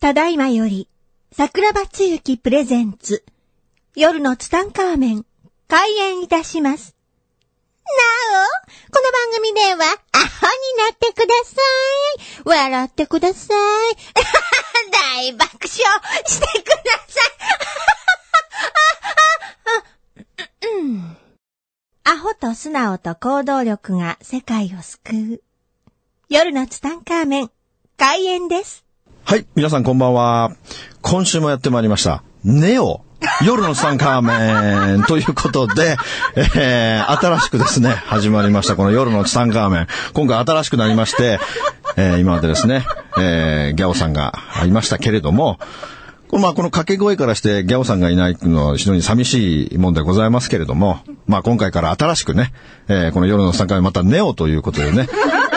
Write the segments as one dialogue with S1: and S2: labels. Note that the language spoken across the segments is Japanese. S1: ただいまより、桜庭つゆきプレゼンツ、夜のツタンカーメン、開演いたします。なお、この番組では、アホになってください。笑ってください。 大爆笑してください。 アホと素直と行動力が世界を救う。夜のツタンカーメン、開演です。
S2: はい、皆さんこんばんは。今週もやってまいりました。ネオ夜のツタンカーメンということで、えー、新しくですね、始まりました。この夜のツタンカーメン。今回新しくなりまして、えー、今までですね、えー、ギャオさんがいましたけれども、このまあ、この掛け声からして、ギャオさんがいないのは非常に寂しいもんでございますけれども、まあ、今回から新しくね、えーこの夜の3回またネオということでね、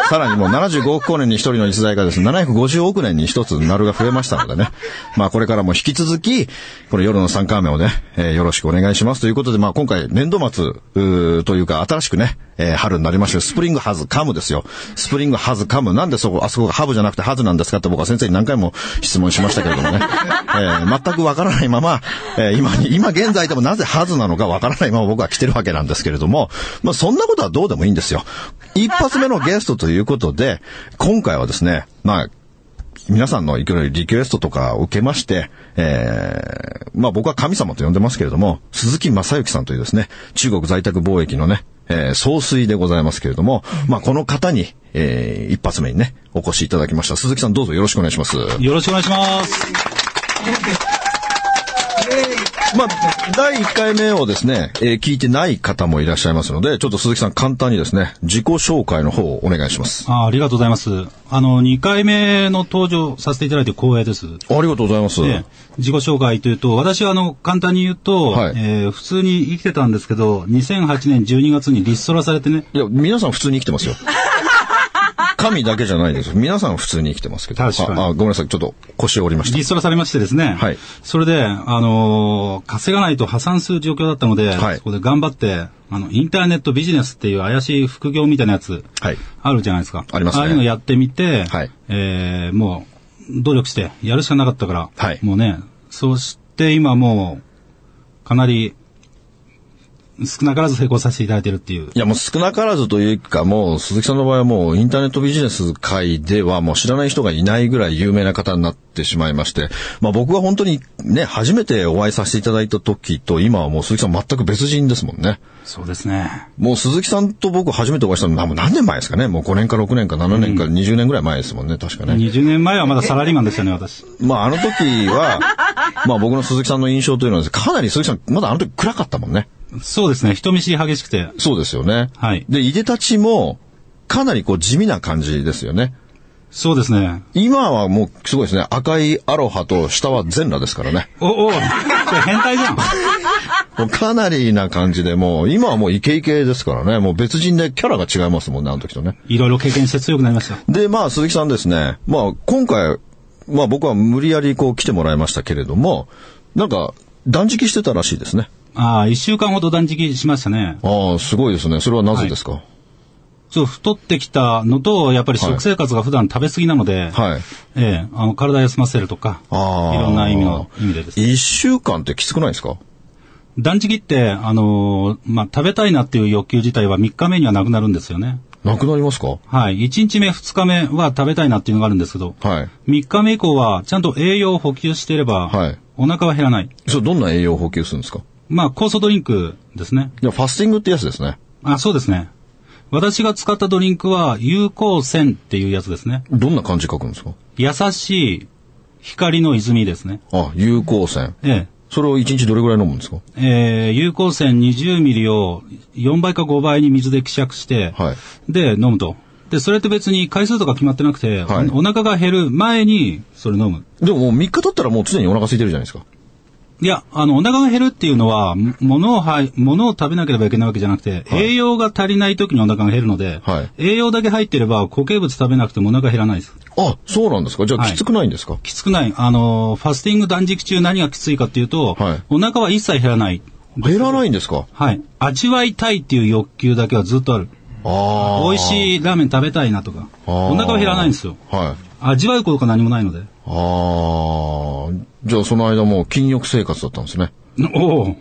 S2: さらにもう75億光年に一人の逸材がですね、750億年に一つなるが増えましたのでね、まあ、これからも引き続き、この夜の3回目をね、えーよろしくお願いしますということで、まあ、今回年度末、うーというか、新しくね、えー春になりまして、スプリングハズカムですよ。スプリングハズカム。なんでそこ、あそこがハブじゃなくてハズなんですかって僕は先生に何回も質問しましたけれどもね。えー全くわからないまま、えー今に、今現在でもなぜハズなのかわからないまま僕は来てるわけなんですけれども、まあそんなことはどうでもいいんですよ。一発目のゲストということで、今回はですね、まあ、皆さんのいろいろリクエストとかを受けまして、えー、まあ僕は神様と呼んでますけれども、鈴木正幸さんというですね、中国在宅貿易のね、えー総帥でございますけれども、まあこの方に、えー一発目にね、お越しいただきました。鈴木さんどうぞよろしくお願いします。
S3: よろしくお願いします。
S2: まあ、第1回目をですね、えー聞いてない方もいらっしゃいますので、ちょっと鈴木さん簡単にですね、自己紹介の方をお願いします。
S3: あありがとうございます。あの、2回目の登場させていただいて光栄です。
S2: ありがとうございます。
S3: で、自己紹介というと、私はあの、簡単に言うと、
S2: はい
S3: えー普通に生きてたんですけど、2008年12月にリストラされてね、
S2: いや、皆さん普通に生きてますよ。 神だけじゃないです。皆さん普通に生きてますけど。
S3: 確かに
S2: ああごめんなさい。ちょっと腰を折りまし
S3: リストラされましてですね、
S2: はい
S3: それで、あのー稼がないと破産する状況だったので、
S2: はい
S3: そこで頑張って、あの、インターネットビジネスっていう怪しい副業みたいなやつ、
S2: た。はい。
S3: あるじゃないですか。
S2: ありますね
S3: あいうのやってみて、
S2: はい
S3: えー、もう、努力して、やるしかなかったから、
S2: はい
S3: もうね、そして今もう、かなり、少なからず成功させていただいてるっていう
S2: い。や、もう少なからずというか、もう鈴木さんの場合はもうインターネットビジネス界ではもう知らない人がいないぐらい有名な方になってしまいまして、まあ僕は本当にね、初めてお会いさせていただいた時と今はもう鈴木さん全く別人ですもんね。
S3: そうですね。
S2: もう鈴木さんと僕初めてお会いしたのはもう何年前ですかね。もう5年か6年か7年か20年ぐらい前ですもんね、確かね。
S3: 20年前はまだサラリーマンでしたね、私。
S2: まあ、あの時 は、まあ僕の鈴木さんの印象というのはですね、かなり鈴木さん、まだあの時暗かったもんね。
S3: そうですね、人見知り激しくて。
S2: そうですよね。
S3: はい
S2: で、いでたちも、かなりこう地味な感じですよね。
S3: そうですね。
S2: 今はもうすごいですね。赤いアロハと下は全裸ですからね。
S3: お、お、それ変態じ ゃん。
S2: もうかなりな感じで、もう今はもうイケイケですからね。もう別人でキャラが違いますもんね、あの時とね。
S3: いろいろ経験して強くなりました。
S2: で、まあ、鈴木さんですね。まあ、今回、まあ僕は無理やりこう来てもらいましたけれども、なんか、断食してたらしいですね。
S3: ああ、1週間ほど断食しましたね。
S2: ああ、すごいですね。それはなぜですか、
S3: ちょっと太ってきたのと、やっぱり食生活が普段食べ過ぎなので、
S2: はい。
S3: ええ、あの、体休ませるとか、い
S2: あー
S3: ろんな意味の、意味でです。
S2: 一週間ってきつくないですか
S3: 断食って、あのーまあ、食べたいなっていう欲求自体は3日目にはなくなるんですよね。
S2: なくなりますかは
S3: はい。1日目、2日目は食べたいなっていうのがあるんですけど、
S2: い。
S3: 3日目以降は、ちゃんと栄養を補給していれば、
S2: はい
S3: お腹は減らない。
S2: それどんな栄養を補給するんですか
S3: まあ、酵素ドリンクですね。
S2: いや、ファスティングってやつですね。
S3: あ、そうですね。私が使ったドリンクは、有効線っていうやつですね。
S2: どんな漢字書くんですか
S3: 優しい光の泉ですね。
S2: あ、有効線。
S3: ええ。
S2: それを一日どれぐらい飲むんですか
S3: えー、有効線20ミリを4倍か5倍に水で希釈して、
S2: はい。
S3: で、飲むと。で、それって別に回数とか決まってなくて、
S2: はい
S3: おお腹が減る前にそれ飲む。
S2: でももう3日経ったらもう常にお腹空いてるじゃないですか。
S3: いや、あの、お腹が減るっていうのは、も物をはい、物を食べなければいけないわけじゃなくて、栄養が足りない時にお腹が減るので、
S2: はい
S3: 栄養だけ入ってれば固形物食べなくてもお腹減らないです。
S2: あ、そうなんですかじゃあ
S3: はい
S2: きつくないんですか、
S3: きつくない。あの、ファスティング断食中何がきついかっていうと、
S2: はい
S3: お腹は一切減らない。
S2: 減らないんですか
S3: はい。味わいたいっていう欲求だけはずっとある。
S2: ああ。
S3: 美味
S2: い。
S3: しいラーメン食べたいなとか。
S2: あー
S3: お腹は減らないんですよ。
S2: はい。
S3: 味わうことが何もないので。
S2: ああ、じゃあその間もう禁欲生活だったんですね。
S3: おお。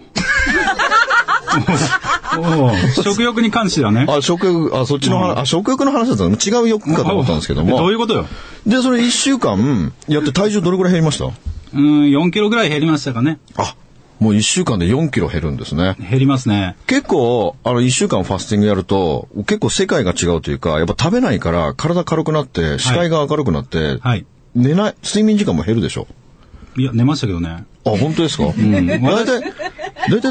S3: おお。食欲に関してはね。
S2: あ、食欲、あ、そっちの話、あ、食欲の話だったの違う欲かと思ったんですけど
S3: ど
S2: も
S3: うい。うことよ。
S2: で、それ一週間やって体重どれくらい減りました
S3: うん、4キロぐらい減りましたかね。
S2: あ、もう一週間で4キロ減るんですね。
S3: 減りますね。
S2: 結構、あの、一週間ファスティングやると、結構世界が違うというか、やっぱ食べないから体軽くなって、視界が明るくなって、
S3: はい。
S2: 寝ない、睡眠時間も減るでしょ。
S3: いや、寝ましたけどね。
S2: あ、本当ですか、大体、大体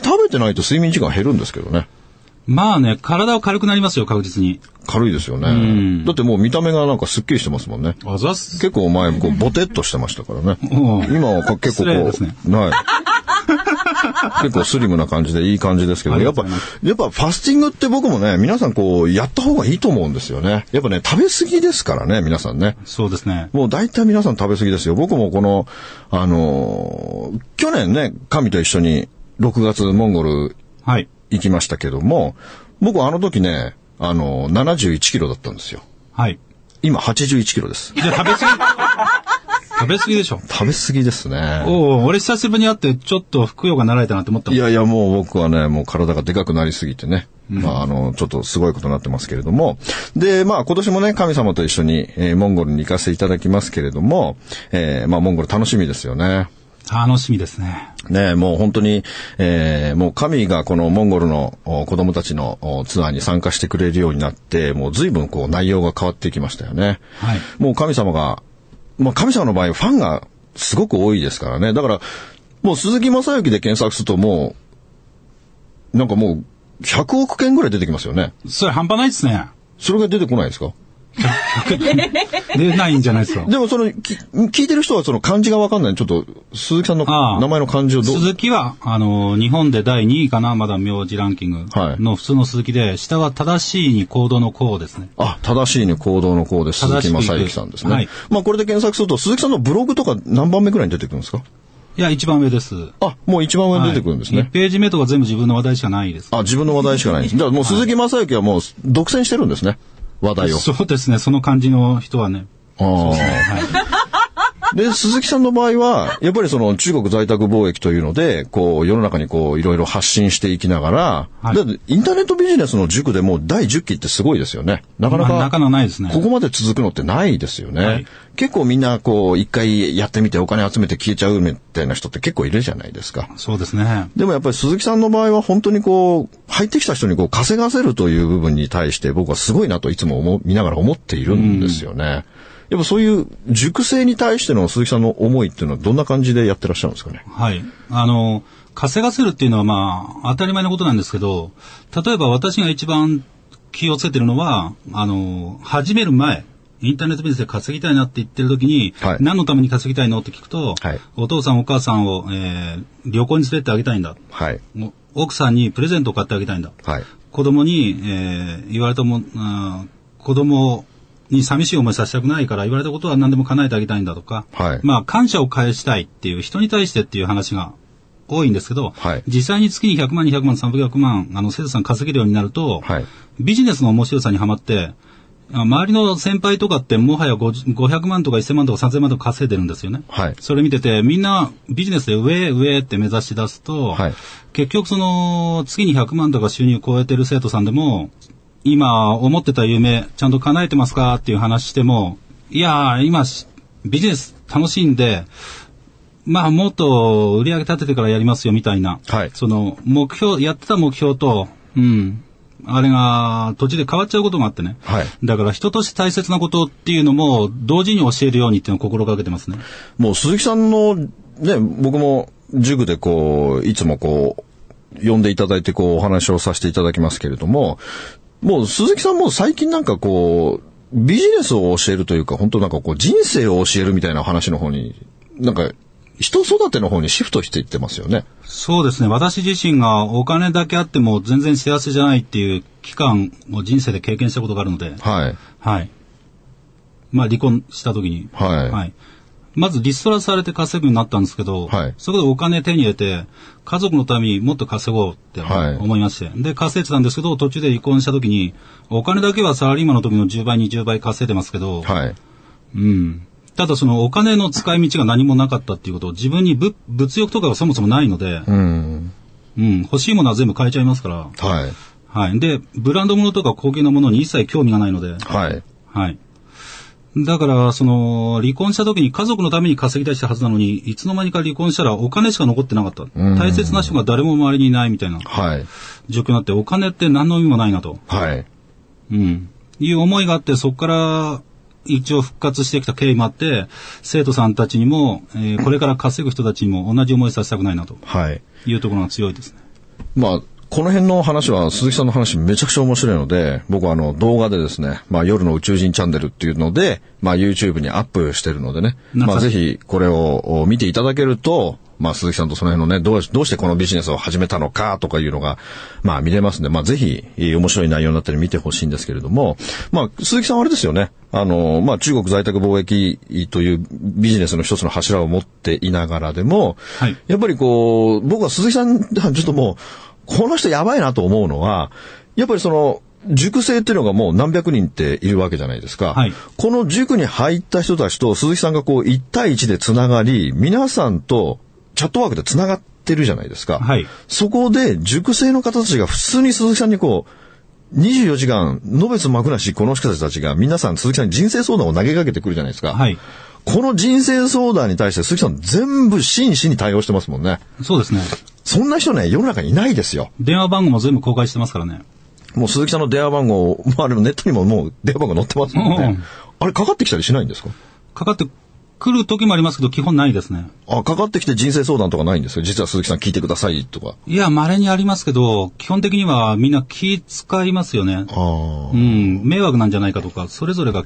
S2: 食べてないと睡眠時間減るんですけどね。
S3: まあね、体は軽くなりますよ、確実に。
S2: 軽いですよね。
S3: ん
S2: だってもう見た目がなんかスッキリしてますもんね。
S3: あざっす。
S2: 結構前、こう、ボテッとしてましたからね。
S3: おう
S2: 今はこ結構
S3: 失礼で
S2: こ
S3: すね
S2: う、はい。 結構スリムな感じでいい感じですけど、
S3: あり
S2: や
S3: が
S2: っ
S3: と
S2: ぱ
S3: うございま、
S2: やっぱファスティングって僕もね、皆さんこう、やった方がいいと思うんですよね。やっぱね、食べ過ぎですからね、皆さんね。
S3: そうですね。
S2: もう大体皆さん食べ過ぎですよ。僕もこの、あのー去年ね、神と一緒に6月モンゴル
S3: はい。
S2: 行きましたけども、僕あの時ね、あのー71キロだったんですよ。
S3: はい。
S2: 今81キロです。
S3: じゃあ食べ 過ぎ。食べ過ぎでしょ。
S2: 食べ過ぎですね。
S3: おお、俺久しぶりに会って、ちょっとふくよがなられたなって思ったも
S2: い
S3: ん。
S2: やいや、もう僕はね、もう体がでかくなりすぎてね。まあ、あの、ちょっとすごいことになってますけれども。で、まあ、今年もね、神様と一緒に、えーモンゴルに行かせていただきますけれども、えーまあ、モンゴル楽しみですよね。
S3: 楽しみですね。
S2: ねもう本当に、えーもう神がこのモンゴルのお子供たちのおツアーに参加してくれるようになって、もう随分こう内容が変わってきましたよね。
S3: はい
S2: もう神様が、まあ神様の場合ファンがすごく多いですからね。だから、もう鈴木正幸で検索するともう、なんかもう100億件ぐらい出てきますよね。
S3: それ半端ないです ね。
S2: それが出てこないですか
S3: 出ないんじゃないですか。
S2: でもその、き聞いてる人はその漢字がわかんない。ちょっと鈴木さんの
S3: ああ
S2: 名前の漢字をどう、
S3: 鈴木は、あの、日本で第2位かな、まだ名字ランキング
S2: はい
S3: の普通の鈴木で、下は正しいに行動の行ですね。
S2: あ、正しいに行動の行で鈴木正幸さんですね。
S3: 正しくいく
S2: まあこれで検索すると、鈴木さんのブログとか何番目くらいに出てくるんですか
S3: いや、一番上です。
S2: あ、もう一番上に出てくるんですね。
S3: 1ページ目とか全部自分の話題しかないです。
S2: あ、自分の話題しかないんです。じゃあもう鈴木正幸はもう独占してるんですね。話題を。
S3: そうですね、その感じの人はね。
S2: あ
S3: は
S2: あで、鈴木さんの場合は、やっぱりその中国在宅貿易というので、こう世の中にこういろいろ発信していきながら、
S3: はい
S2: だってインターネットビジネスの塾でもう第10期ってすごいですよね。なか
S3: い。
S2: な
S3: まあ、な
S2: か
S3: かなかないですね。
S2: ここまで続くのってないですよね。
S3: はい
S2: 結構みんなこう、一回やってみてお金集めて消えちゃうみたいな人って結構いるじゃないですか。
S3: そうですね。
S2: でもやっぱり鈴木さんの場合は本当にこう、入ってきた人にこう、稼がせるという部分に対して僕はすごいなといつも思う見ながら思っているんですよね。やっぱそういう熟成に対しての鈴木さんの思いっていうのはどんな感じでやってらっしゃるんですかね。
S3: はい。あの、稼がせるっていうのはまあ、当たり前のことなんですけど、例えば私が一番気をつけてるのは、あの、始める前、インターネットビジネスで稼ぎたいなって言ってる時に、
S2: はい
S3: 何のために稼ぎたいのって聞くと、
S2: はい
S3: お父さんお母さんを、えー旅行に連れてってあげたいんだ。
S2: はい。
S3: お奥さんにプレゼントを買ってあげたいんだ。
S2: はい。
S3: 子供に、えー言われたもん、あー子供に寂しい思いさせたくないから言われたことは何でも叶えてあげたいんだとか、
S2: はい
S3: まあ感謝を返したいっていう人に対してっていう話が多いんですけど、
S2: はい
S3: 実際に月に100万、200万、300万、あの、生徒さん稼げるようになると、
S2: はい
S3: ビジネスの面白さにはまって、あ周りの先輩とかってもはや50 500万とか1000万とか3000万とか稼いでるんですよね。
S2: はい
S3: それ見てて、みんなビジネスで上、上って目指し出すと、
S2: はい
S3: 結局その、月に100万とか収入を超えてる生徒さんでも、今思ってた夢、ちゃんと叶えてますかっていう話しても、いやー、今し、ビジネス楽しいんで、まあ、もっと売り上げ立ててからやりますよ、みたいな。
S2: はい
S3: その、目標、やってた目標と、うん。あれが、途中で変わっちゃうことがあってね。
S2: はい
S3: だから、人として大切なことっていうのも、同時に教えるようにっていうのを心がけてますね。
S2: もう鈴木さんの、ね、僕も塾でこう、いつもこう、呼んでいただいてこう、お話をさせていただきますけれども、もう鈴木さんも最近なんかこう、ビジネスを教えるというか、本当なんかこう、人生を教えるみたいな話の方に、なんか、人育ての方にシフトしていってますよね。
S3: そうですね。私自身がお金だけあっても全然幸せじゃないっていう期間を人生で経験したことがあるので、
S2: はい。
S3: はい。まあ離婚した時に、
S2: はい
S3: まずリストラされて稼ぐようになったんですけど、
S2: はい
S3: そこでお金手に入れて、家族のためにもっと稼ごうって
S2: はい
S3: 思いまして、で、稼いでたんですけど、途中で離婚した時に、お金だけはサラリーマンの時の10倍、20倍稼いでますけど、
S2: はい。
S3: うん。ただそのお金の使い道が何もなかったっていうこと、自分に物物欲とかがそもそもないので、
S2: うん。
S3: うん、欲しいものは全部買えちゃいますから、
S2: はい。
S3: はい。で、ブランド物とか高級なものに一切興味がないので、
S2: はい。
S3: はい。だから、その、離婚した時に家族のために稼ぎ出したはずなのに、いつの間にか離婚したらお金しか残ってなかった。大切な人が誰も周りにいないみたいな
S2: はい。
S3: 状況になって、お金って何の意味もないなと。
S2: はい。
S3: うん。いう思いがあって、そこから、一応復活してきた経緯もあって、生徒さんたちにも、えーこれから稼ぐ人たちにも同じ思いさせたくないなと
S2: はい。
S3: いうところが強いですね。
S2: まあ、この辺の話は、鈴木さんの話めちゃくちゃ面白いので、僕はあの動画でですね、まあ夜の宇宙人チャンネルっていうので、まあ YouTube にアップしてるのでね、
S3: なんか
S2: まあぜひこれを見ていただけると、まあ鈴木さんとその辺のね、どうどうしてこのビジネスを始めたのかとかいうのが、まあ見れますんで、まあぜひえー面白い内容になったり見てほしいんですけれども、まあ鈴木さんはあれですよね、あの、まあ中国在宅貿易というビジネスの一つの柱を持っていながらでも、
S3: はい
S2: やっぱりこう、僕は鈴木さん、ちょっともう、この人やばいなと思うのは、やっぱりその、塾生っていうのがもう何百人っているわけじゃないですか。
S3: はい
S2: この塾に入った人たちと鈴木さんがこう1対1でつながり、皆さんとチャットワークでつながってるじゃないですか。
S3: はい
S2: そこで塾生の方たちが普通に鈴木さんにこう、24時間、のべつ幕なし、この人たちが皆さん鈴木さんに人生相談を投げかけてくるじゃないですか。
S3: はい。
S2: この人生相談に対して鈴木さん全部真摯に対応してますもんね。
S3: そうですね。
S2: そんな人ね、世の中にいないですよ。
S3: 電話番号も全部公開してますからね。
S2: もう鈴木さんの電話番号、まあ、あれもネットにももう電話番号載ってますもん
S3: う
S2: ね
S3: ん。
S2: あれかかってきたりしないんですか
S3: かかってくる時もありますけど、基本ないですね。
S2: あ、かかってきて人生相談とかないんですよ。実は鈴木さん聞いてくださいとか。
S3: いや、稀にありますけど、基本的にはみんな気使いますよね。
S2: ああ
S3: う。ん、迷惑なんじゃないかとか、それぞれが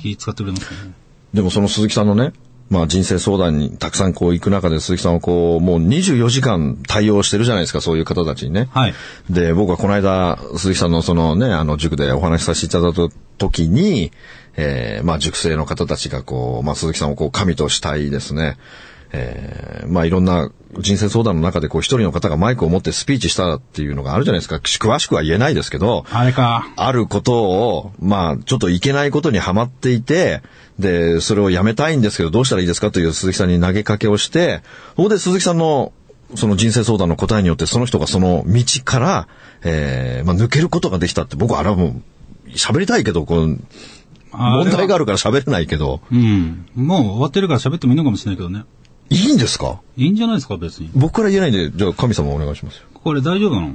S3: 気使ってくれますよね。
S2: でもその鈴木さんのね、まあ人生相談にたくさんこう行く中で鈴木さんはこう、もう24時間対応してるじゃないですか、そういう方たちにね。
S3: はい。
S2: で、僕はこの間、鈴木さんのそのね、あの、塾でお話しさせていただいた時に、えー、まあ、塾生の方たちがこう、まあ、鈴木さんをこう、神としたいですね。えー、まあ、いろんな人生相談の中でこう、一人の方がマイクを持ってスピーチしたっていうのがあるじゃないですか。詳しくは言えないですけど、
S3: あれか。
S2: あることを、まあ、ちょっといけないことにはまっていて、で、それをやめたいんですけど、どうしたらいいですかという鈴木さんに投げかけをして、そこで鈴木さんの、その人生相談の答えによって、その人がその道から、えー、まあ、抜けることができたって、僕はあれはもう、喋りたいけど、この、
S3: あれは
S2: 問題があるから喋れないけど、
S3: うん。もう終わってるから喋ってもいいのかもしれないけどね。
S2: いいんですか
S3: いいんじゃないですか、別に。
S2: 僕から言えないんで、じゃあ神様お願いしますよ。
S3: これ大丈夫なの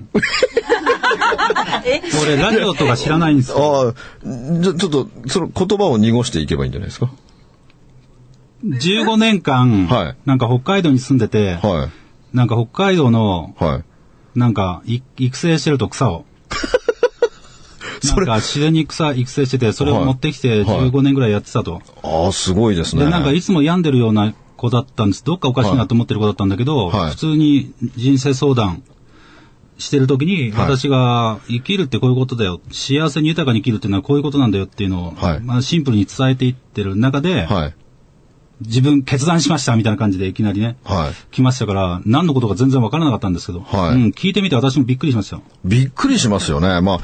S3: 俺、ラジオとか知らないんですよ。
S2: ああ、じゃあちょっと、その言葉を濁していけばいいんじゃないですか
S3: 15年間、
S2: はい
S3: なんか北海道に住んでて、
S2: は
S3: なんか北海道の、
S2: い。はい。
S3: なんか、い育成してると草を。
S2: そ
S3: な
S2: れ
S3: んか自然に草育成してて、それを持ってきて
S2: はいはい
S3: 15年ぐらいやってたと。
S2: ああ、すごいですね。
S3: で、なんかいつも病んでるような子だったんです。どっかおかしいなと思ってる子だったんだけど、
S2: はい
S3: 普通に人生相談してる時に、
S2: はい
S3: 私が生きるってこういうことだよ。幸せに豊かに生きるっていうのはこういうことなんだよっていうのを、
S2: はい
S3: まあシンプルに伝えていってる中で、
S2: はい。
S3: 自分決断しましたみたいな感じでいきなりね、
S2: はい。
S3: 来ましたから、何のことか全然わからなかったんですけど、
S2: はい
S3: うん、聞いてみて私もびっくりしましたよ。
S2: びっくりしますよね。まあ、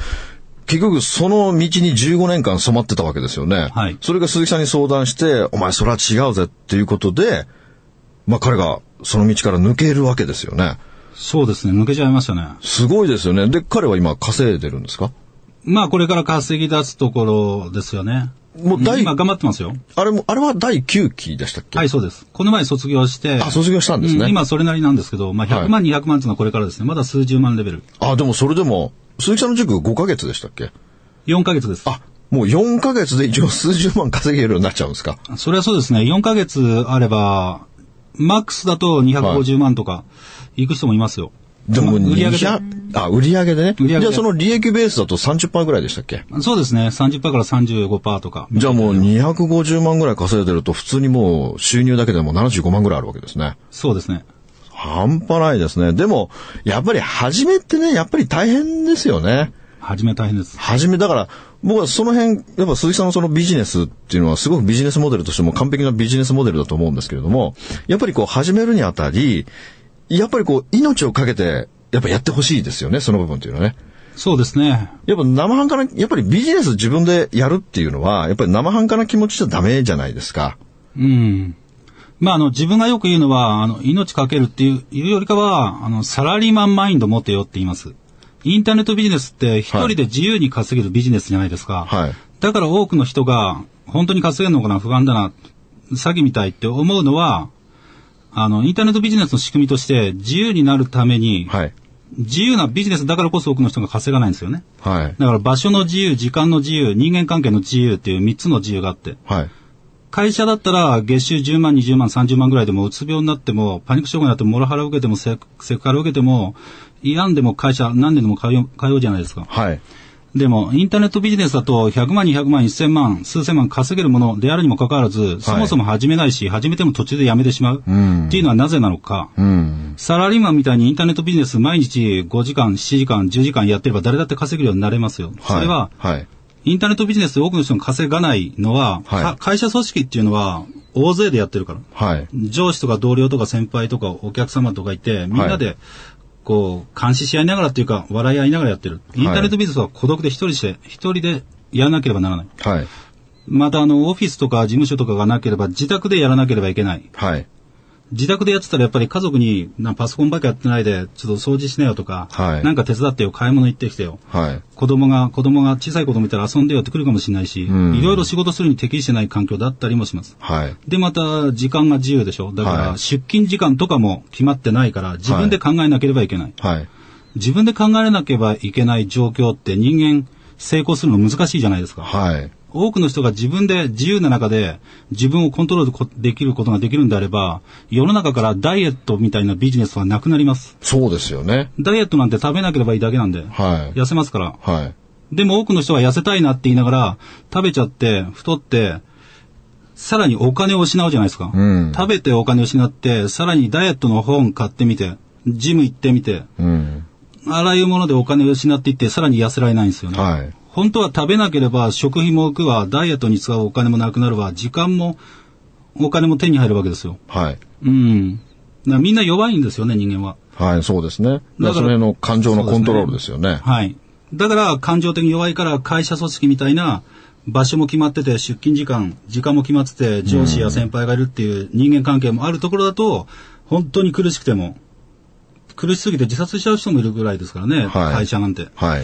S2: 結局その道に15年間染まってたわけですよね。
S3: はい
S2: それが鈴木さんに相談して、お前それは違うぜっていうことで、まあ彼がその道から抜けるわけですよね。
S3: そうですね、抜けちゃいましたね。
S2: すごいですよね。で、彼は今稼いでるんですか
S3: まあこれから稼ぎ出すところですよね。
S2: もう第
S3: 今頑張ってますよ。
S2: あれも、あれは第9期でしたっけ
S3: はい、そうです。この前卒業して、
S2: あ、卒業したんですね。
S3: うん今それなりなんですけど、まあ、100万、200万っていうのはこれからですね。まだ数十万レベル。
S2: あ、でもそれでも、鈴木さんの塾5ヶ月でしたっけ
S3: 4ヶ月です。
S2: あ、もう4ヶ月で一応数十万稼げるようになっちゃうんですか
S3: それはそうですね。4ヶ月あれば、マックスだと250万とか、行く人もいますよ。
S2: でも、
S3: まあ売り上げで
S2: 200、あ、売り上げでね。
S3: 売り上げで
S2: じゃあその利益ベースだと30%ぐらいでしたっけ
S3: そうですね。30%から35%とか。
S2: じゃあもう250万ぐらい稼いでると普通にもう収入だけでも75万ぐらいあるわけですね。
S3: そうですね。
S2: 半端ないですね。でも、やっぱり始めってね、やっぱり大変ですよね。
S3: 初め大変です。
S2: 初め、だから、僕はその辺、やっぱ鈴木さんのそのビジネスっていうのはすごくビジネスモデルとしても完璧なビジネスモデルだと思うんですけれども、やっぱりこう始めるにあたり、やっぱりこう命をかけて、やっぱやってほしいですよね、その部分っていうのはね。
S3: そうですね。
S2: やっぱ生半可な、やっぱりビジネス自分でやるっていうのは、やっぱり生半可な気持ちじゃダメじゃないですか。
S3: うん。まあ、あの、自分がよく言うのは、あの、命かけるっていういうよりかは、あの、サラリーマンマインド持てよって言います。インターネットビジネスって一人で自由に稼げるビジネスじゃないですか。
S2: はい。
S3: だから多くの人が、本当に稼げるのかな、不安だな、詐欺みたいって思うのは、あの、インターネットビジネスの仕組みとして、自由になるために、
S2: はい。
S3: 自由なビジネスだからこそ多くの人が稼がないんですよね。
S2: はい。
S3: だから場所の自由、時間の自由、人間関係の自由っていう3つの自由があって、
S2: はい。
S3: 会社だったら月収10万、20万、30万ぐらいでも、うつ病になっても、パニック障害になっても、モラハラを受けても、セクセクハラを受けても、病んでも会社、何年でも通う、通うじゃないですか。
S2: はい。
S3: でも、インターネットビジネスだと、100万、200万、1000万、数千万稼げるものであるにもかかわらず、そもそも始めないし、始めても途中でやめてしまう。
S2: うん
S3: っていうのはなぜなのか。
S2: うん。
S3: サラリーマンみたいにインターネットビジネス毎日5時間、7時間、10時間やってれば誰だって稼げるようになれますよ。
S2: はい。
S3: それは、
S2: はい。
S3: インターネットビジネスで多くの人が稼がないのは、
S2: はい
S3: か会社組織っていうのは大勢でやってるから。
S2: はい。
S3: 上司とか同僚とか先輩とかお客様とかいて、みんなで、こう、監視し合いながらっていうか、笑い合いながらやってる。インターネットビジネスは孤独で一人して、一人でやらなければならない。
S2: はい。
S3: また、あの、オフィスとか事務所とかがなければ、自宅でやらなければいけない。
S2: はい。
S3: 自宅でやってたらやっぱり家族に、なパソコンばっかやってないで、ちょっと掃除しなよとか、
S2: はい
S3: なんか手伝ってよ、買い物行ってきてよ。
S2: はい。
S3: 子供が、子供が小さい子供いたら遊んでよってくるかもしれないし、
S2: ん
S3: いろいろ仕事するに適してない環境だったりもします。
S2: はい。
S3: で、また、時間が自由でしょ。だか
S2: は
S3: ら、
S2: い
S3: 出勤時間とかも決まってないから、自分で考えなければいけない。
S2: はい。
S3: 自分で考えなければいけない状況って人間、成功するの難しいじゃないですか。
S2: はい。
S3: 多くの人が自分で自由な中で自分をコントロールできることができるんであれば、世の中からダイエットみたいなビジネスはなくなります。
S2: そうですよね。
S3: ダイエットなんて食べなければいいだけなんで、
S2: はい。
S3: 痩せますから。
S2: はい。
S3: でも多くの人は痩せたいなって言いながら、食べちゃって、太って、さらにお金を失うじゃないですか。
S2: うん
S3: 食べてお金を失って、さらにダイエットの本買ってみて、ジム行ってみて、
S2: うん。
S3: あらゆるものでお金を失っていって、さらに痩せられないんですよね。
S2: はい。
S3: 本当は食べなければ食費も浮くわ、ダイエットに使うお金もなくなるわ、時間も、お金も手に入るわけですよ。
S2: はい。
S3: うん。だからみんな弱いんですよね、人間は。
S2: はい、そうですね。だからその辺の感情のコントロールですよね。
S3: はい。だから、感情的に弱いから、会社組織みたいな、場所も決まってて、出勤時間、時間も決まってて、上司や先輩がいるっていう人間関係もあるところだと、本当に苦しくても、苦しすぎて自殺しちゃう人もいるぐらいですからね、
S2: はい
S3: 会社なんて。
S2: はい。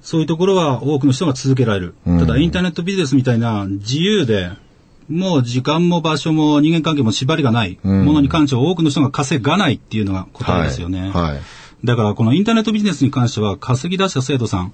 S3: そういうところは多くの人が続けられる。
S2: うん
S3: ただ、インターネットビジネスみたいな自由で、もう時間も場所も人間関係も縛りがない
S2: うん
S3: ものに関しては多くの人が稼がないっていうのが答えですよね。
S2: はい。
S3: だからこのインターネットビジネスに関しては稼ぎ出した生徒さん、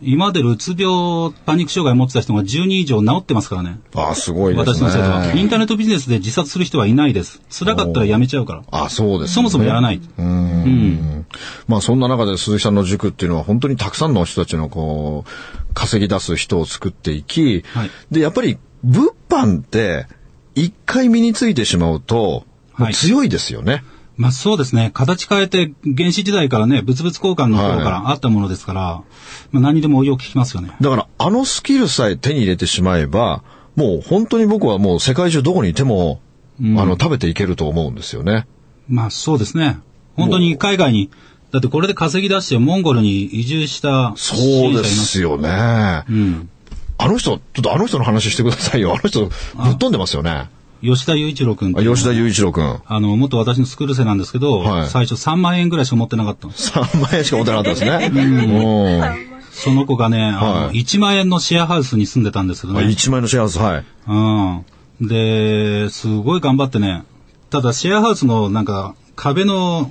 S3: 今までのうつ病、パニック障害を持ってた人が10人以上治ってますからね。
S2: ああ、すごいですね。
S3: 私の生徒は。インターネットビジネスで自殺する人はいないです。辛かったらやめちゃうから。
S2: あ、そうです、ね。
S3: そもそもやらない。
S2: うん。
S3: うん
S2: まあそんな中で鈴木さんの塾っていうのは本当にたくさんの人たちのこう、稼ぎ出す人を作っていき、
S3: はい
S2: で、やっぱり物販って一回身についてしまうと、もう
S3: はい
S2: 強いですよね。
S3: まあそうですね。形変えて原始時代からね、物々交換の頃からあったものですから、まあ何にでも応用聞きますよね。
S2: だからあのスキルさえ手に入れてしまえば、もう本当に僕はもう世界中どこにいても、
S3: うん
S2: あの、食べていけると思うんですよね。
S3: まあそうですね。本当に海外に、だってこれで稼ぎ出してモンゴルに移住した支
S2: そう
S3: 援者い
S2: で
S3: ます。
S2: すよね。
S3: うん。
S2: あの人、ちょっとあの人の話してくださいよ。あの人、ぶっ飛んでますよね。
S3: 吉田雄一郎君っていう
S2: 吉田雄一郎くん。
S3: あの、元私のスクール生なんですけど、
S2: はい
S3: 最初3万円ぐらいしか持ってなかったの
S2: 3万円しか持ってなかったですね。うん。
S3: その子がね、あ
S2: は
S3: の
S2: い
S3: 1万円のシェアハウスに住んでたんですけど
S2: あ
S3: ね。
S2: 1万円のシェアハウス、はい。
S3: うん。で、すごい頑張ってね。ただ、シェアハウスのなんか、壁の、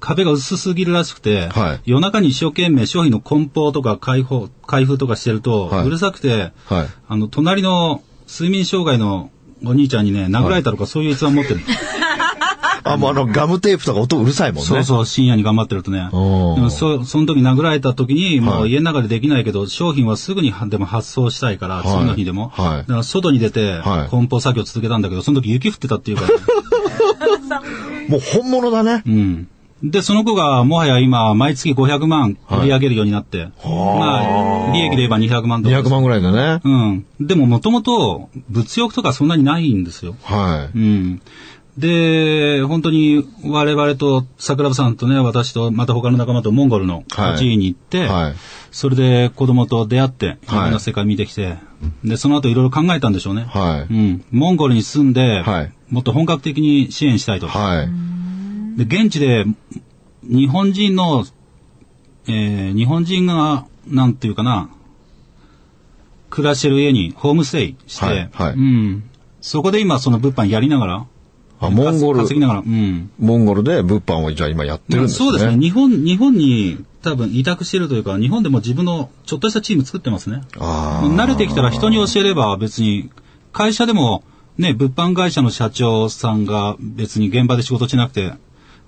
S3: 壁が薄すぎるらしくて、
S2: はい
S3: 夜中に一生懸命商品の梱包とか開放、開封とかしてると、
S2: はいう
S3: るさくて、
S2: はい。
S3: あの、隣の睡眠障害のお兄ちゃんにね、殴られたとか、そういう逸話持ってる。
S2: あ、もうあの、ガムテープとか音うるさいもんね。
S3: そうそう、深夜に頑張ってるとね。で
S2: おー
S3: もそ、その時殴られた時に、も
S2: は
S3: う
S2: い
S3: 家の中でできないけど、商品はすぐにでも発送したいから、
S2: い
S3: 次の日でも。
S2: はい
S3: だから外に出て
S2: はい、
S3: 梱包作業続けたんだけど、その時雪降ってたって いうから、ね。
S2: もう本物だね。
S3: うん。で、その子が、もはや今、毎月500万売り上げるようになって、まあ、利益で言えば200万とか。
S2: 200万ぐらいでね。
S3: うん。でも、もともと、物欲とかそんなにないんですよ。
S2: は
S3: うん。で、本当に我々と桜庭さんとね、私とまた他の仲間とモンゴルの
S2: はい
S3: 8位に行って、
S2: はい
S3: それで子供と出会って、い
S2: はい
S3: ろんな世界見てきて、で、その後いろいろ考えたんでしょうね。
S2: は
S3: う
S2: い。
S3: ん。モンゴルに住んで、
S2: はい
S3: もっと本格的に支援したいと。
S2: はい。
S3: で、現地で、日本人の、えー日本人が、なんていうかな、暮らしてる家にホームステイして、
S2: はいはい
S3: うん。そこで今その物販やりながら、
S2: あ、モンゴル
S3: 稼、ぎながら、うん。
S2: モンゴルで物販をじゃあ今やってるんですね。
S3: そうですね。。日本、日本に多分委託してるというか、日本でも自分のちょっとしたチーム作ってますね。
S2: ああ。
S3: 慣れてきたら人に教えれば別に、会社でもね、物販会社の社長さんが別に現場で仕事しなくて、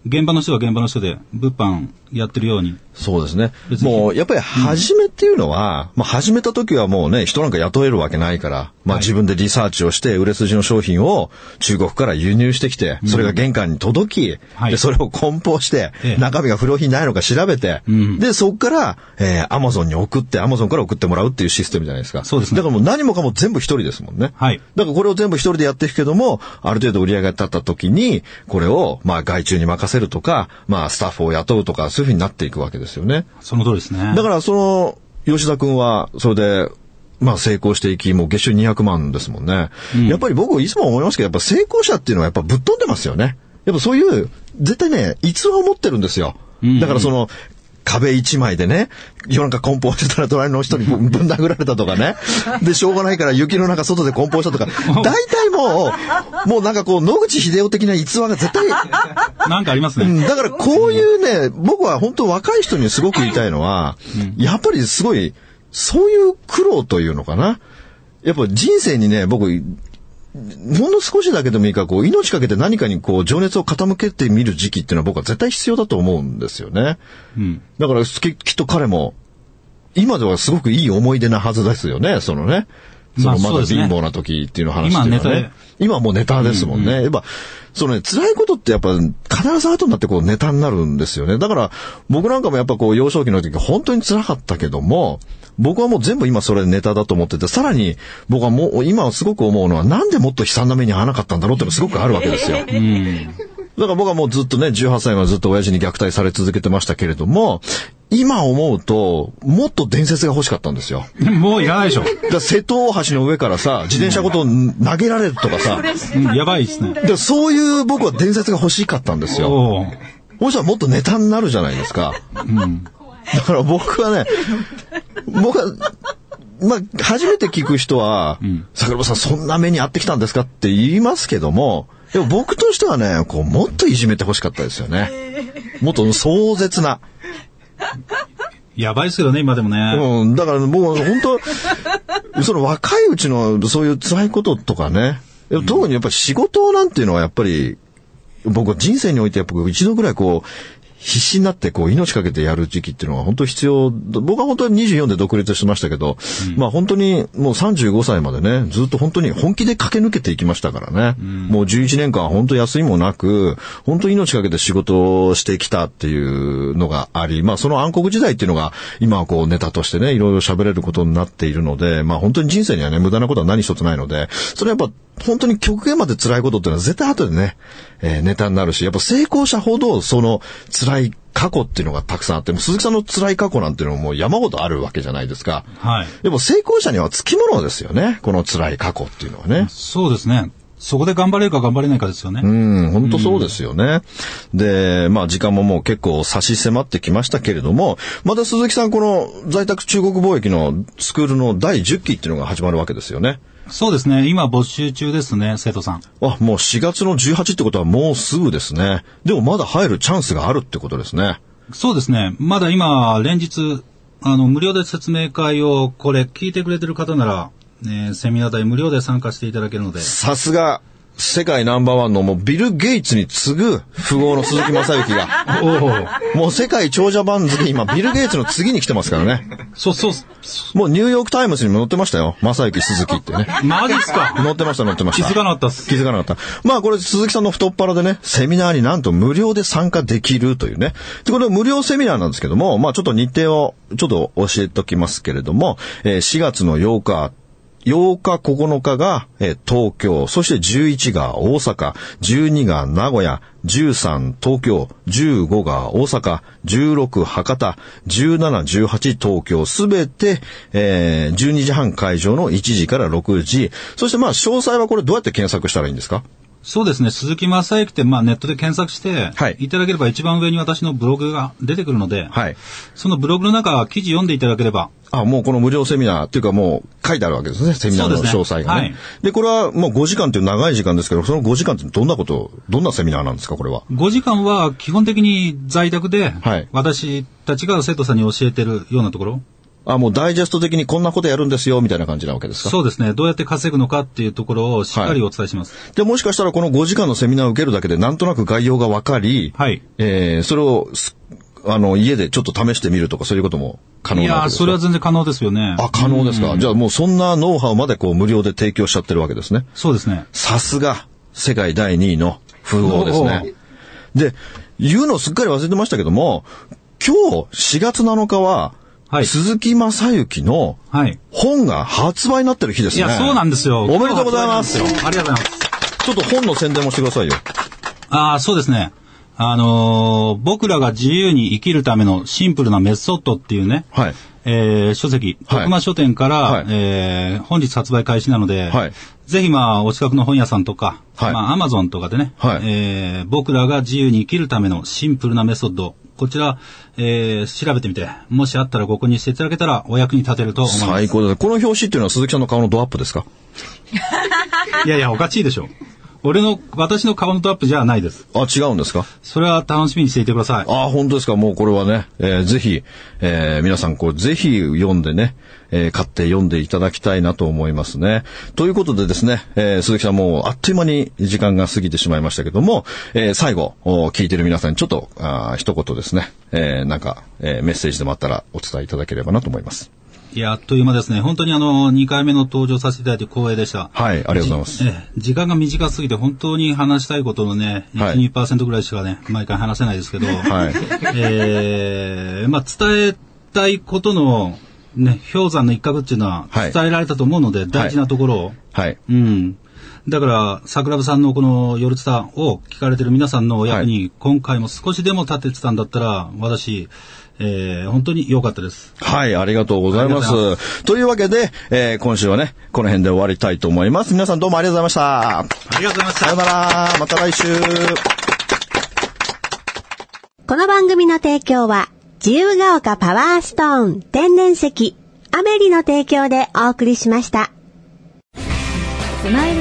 S3: 現場の人は現場の人で物販やってるように。
S2: そうですね。
S3: 別に
S2: もう、やっぱり始めっていうのは、まあ始めた時はもうね、人なんか雇えるわけないから、まあ自分でリサーチをして、売れ筋の商品を中国から輸入してきて、それが玄関に届き、
S3: はい
S2: で、それを梱包して
S3: ええ、
S2: 中身が不良品ないのか調べて、
S3: ん
S2: で、そこから、えー、アマゾンに送って、アマゾンから送ってもらうっていうシステムじゃないですか。
S3: そうですね
S2: だからもう何もかも全部一人ですもんね。
S3: はい
S2: だからこれを全部一人でやっていくけども、ある程度売り上げが立った時に、これを、まあ、外注に任せるとか、まあ、スタッフを雇うとか、そういうふうになっていくわけですよね。
S3: その通りですね。
S2: だから、その、吉田君は、それで、まあ、成功していき、もう月収200万ですもんね。やっぱり僕、いつも思いますけど、やっぱ成功者っていうのはやっぱぶっ飛んでますよね。やっぱそういう、絶対ね、逸話を持ってるんですよ。だからその、壁一枚でね、夜中梱包してたら隣の人にぶ んぶん殴られたとかね。で、しょうがないから雪の中外で梱包したと か。大体もう、もうなんかこう、野口秀夫的な逸話が絶対
S3: なんかありますね。
S2: うん、だからこういうね、僕は本当若い人にすごく言いたいのは、やっぱりすごい、そういう苦労というのかな。やっぱ人生にね、僕、ほんの少しだけでもいいから、こう、命かけて何かにこう、情熱を傾けてみる時期っていうのは僕は絶対必要だと思うんですよね。
S3: うん。
S2: だからき、きっと彼も、今ではすごくいい思い出なはずですよね、そのね。そ
S3: まあ
S2: のま
S3: そう
S2: だ
S3: ですね
S2: 貧乏な時っていうの話っていうのはね。今
S3: 今はネタで
S2: はもうネタですもんね。やっぱ、そのね、辛いことってやっぱ必ず後になってこうネタになるんですよね。だから僕なんかもやっぱこう幼少期の時本当に辛かったけども、僕はもう全部今それネタだと思ってて、さらに僕はもう今すごく思うのはなんでもっと悲惨な目に遭わなかったんだろうっていうのがすごくあるわけです よ。
S3: うん。
S2: だから僕はもうずっとね、18歳までずっと親父に虐待され続けてましたけれども、今思うと、もっと伝説が欲しかったんですよ。
S3: もういらないでしょ。
S2: だから瀬戸大橋の上からさ、自転車ごと投げられるとかさ、だか
S3: うん、やばいですね。
S2: らそういう僕は伝説が欲しかったんですよ。
S3: おー
S2: もしかしたらもっとネタになるじゃないですか。だから僕はね、僕は、まあ、初めて聞く人は、桜庭さんそんな目に遭ってきたんですかって言いますけども、でも僕としてはね、こう、もっといじめてほしかったですよね。もっと壮絶な。
S3: やばいですけどね、今でもね。
S2: うん、だからもう本当、その若いうちのそういう辛いこととかね、特にやっぱり仕事なんていうのはやっぱり、僕は人生においてやっぱ一度ぐらいこう、必死になってこう命かけてやる時期っていうのは本当必要。僕は本当に24で独立しましたけど、まあ本当にもう35歳までね、ずっと本当に本気で駆け抜けていきましたからね。もう11年間本当休みもなく、本当に命かけて仕事をしてきたっていうのがあり、まあその暗黒時代っていうのが今はこうネタとしてね、いろいろ喋れることになっているので、まあ本当に人生にはね、無駄なことは何一つないので、それはやっぱ本当に極限まで辛いことっていうのは絶対後でね、えーネタになるし、やっぱ成功者ほどその辛い過去っていうのがたくさんあって、もう鈴木さんの辛い過去なんていうのももう山ほどあるわけじゃないですか。
S3: はい。
S2: でも成功者にはつきものですよね。この辛い過去っていうのはね。
S3: そうですね。そこで頑張れるか頑張れないかですよね。
S2: うん、本当そうですよね。で、まあ時間ももう結構差し迫ってきましたけれども、また鈴木さん、この在宅中国貿易のスクールの第10期っていうのが始まるわけですよね。
S3: そうですね。今募集中ですね、生徒さん。
S2: あ、もう4月の18ってことはもうすぐですね。でもまだ入るチャンスがあるってことですね。
S3: そうですね。まだ今、連日、あの、無料で説明会を、これ、聞いてくれてる方なら、ね、セミナー代無料で参加していただけるので、
S2: さすが、世界ナンバーワンのもうビル・ゲイツに次ぐ富豪の鈴木正幸が、 もう世界長者番付今ビル・ゲイツの次に来てますからね。
S3: そう、そう、そ
S2: もうニューヨークタイムズにも載ってましたよ。正幸鈴木ってね。
S3: マジっすか
S2: 載ってました、載ってまし
S3: 気
S2: た。
S3: づかなかったっす。
S2: 気づかなかった。まあこれ鈴木さんの太っ腹でね、セミナーになんと無料で参加できるというね。で、これ無料セミナーなんですけども、まあちょっと日程をちょっと教えておきますけれども、えー4月の8日、 8日、9日が、えー東京、そして11が大阪、12が名古屋、13東京、15が大阪、16博多、17、18東京、すべて、えー12時半会場の1時から6時。そしてまあ、詳細はこれどうやって検索したらいいんですか
S3: そうですね、鈴木正幸って、まあ、ネットで検索して、
S2: はい
S3: いただければ一番上に私のブログが出てくるので、
S2: はい。
S3: そのブログの中、記事読んでいただければ、
S2: あ、もうこの無料セミナーっていうかもう書いてあるわけですね、セミナーの
S3: そうです
S2: 詳
S3: ね
S2: 細がね。
S3: はい
S2: で、これはもう5時間という長い時間ですけど、その5時間ってどんなこと、どんなセミナーなんですか、これは。
S3: 5時間は基本的に在宅で、
S2: はい
S3: 私たちが生徒さんに教えてるようなところ、
S2: あ、もうダイジェスト的にこんなことやるんですよ、みたいな感じなわけですか。
S3: そうですね、どうやって稼ぐのかっていうところをしっかりお伝えします。
S2: で、もしかしたらこの5時間のセミナーを受けるだけで、なんとなく概要がわかり、
S3: はい。
S2: えー、それをす、あの、家でちょっと試してみるとか、そういうことも可能
S3: い
S2: なわ
S3: や
S2: け
S3: ー、
S2: ですか
S3: それは全然可能ですよね。
S2: あ、可能ですか。じゃあもうそんなノウハウまでこう無料で提供しちゃってるわけですね。
S3: そうですね。
S2: さすが、世界第2位の富豪ですね。で、言うのすっかり忘れてましたけども、今日4月7日は、
S3: はい
S2: 鈴木正幸の
S3: はい。
S2: 本が発売になってる日です
S3: い
S2: ね。
S3: や、そうなんですよ。
S2: おめでとうございます
S3: 今日はそうなんですよありがとうございます。
S2: ちょっと本の宣伝もしてくださいよ。
S3: ああ、そうですね。あのー僕らが自由に生きるためのシンプルなメソッドっていうね、
S2: はい。
S3: えー書籍、
S2: はい
S3: 徳間書店から、
S2: はい
S3: えー本日発売開始なので、
S2: はい
S3: ぜひまあ、お近くの本屋さんとか、
S2: はい
S3: まあ、アマゾンとかでね、
S2: はい
S3: えー僕らが自由に生きるためのシンプルなメソッド、こちら、えー調べてみて、もしあったらご購入していただけたらお役に立てると思います。
S2: 最高です。この表紙っていうのは鈴木さんの顔のドアップですか
S3: いやいや、おかしいでしょ。俺の、私の顔のトラップじゃないです。
S2: あ、違うんですか
S3: それは楽しみにしていてください。
S2: あ、本当ですか。もうこれはね、えーぜひ、えー皆さん、こう、ぜひ読んでね、えー買って読んでいただきたいなと思いますね。ということでですね、えー鈴木さんもうあっという間に時間が過ぎてしまいましたけども、えー最後、お聞いてる皆さんにちょっと、あー一言ですね、えーなんか、えーメッセージでもあったらお伝えいただければなと思います。
S3: いや、あっという間ですね。本当にあの、2回目の登場させていただいて光栄でした。
S2: はい、ありがとうございます。
S3: ええ時間が短すぎて本当に話したいことのね、
S2: はい
S3: 1、2%ぐらいしかね、毎回話せないですけど、
S2: はい。
S3: えーまあ伝えたいことの、ね、氷山の一角っていうのは
S2: はい
S3: 伝えられたと思うので、大事なところを、
S2: はい。
S3: うん。だから、桜庭さんのこの夜ツタを聞かれてる皆さんのお役に、今回も少しでも立ててたんだったら、私、えー本当に良かったです。
S2: はい、ありがとうございま
S3: ありがとうご
S2: す。というわけで、えー今週はね、この辺で終わりたいと思います。皆さんどうもありがとうございました。
S3: ありがとうございました
S2: さよ。なら、また来週。
S1: この番組の提供は、自由が丘パワーストーン天然石、アメリの提供でお送りしました。
S4: スマイル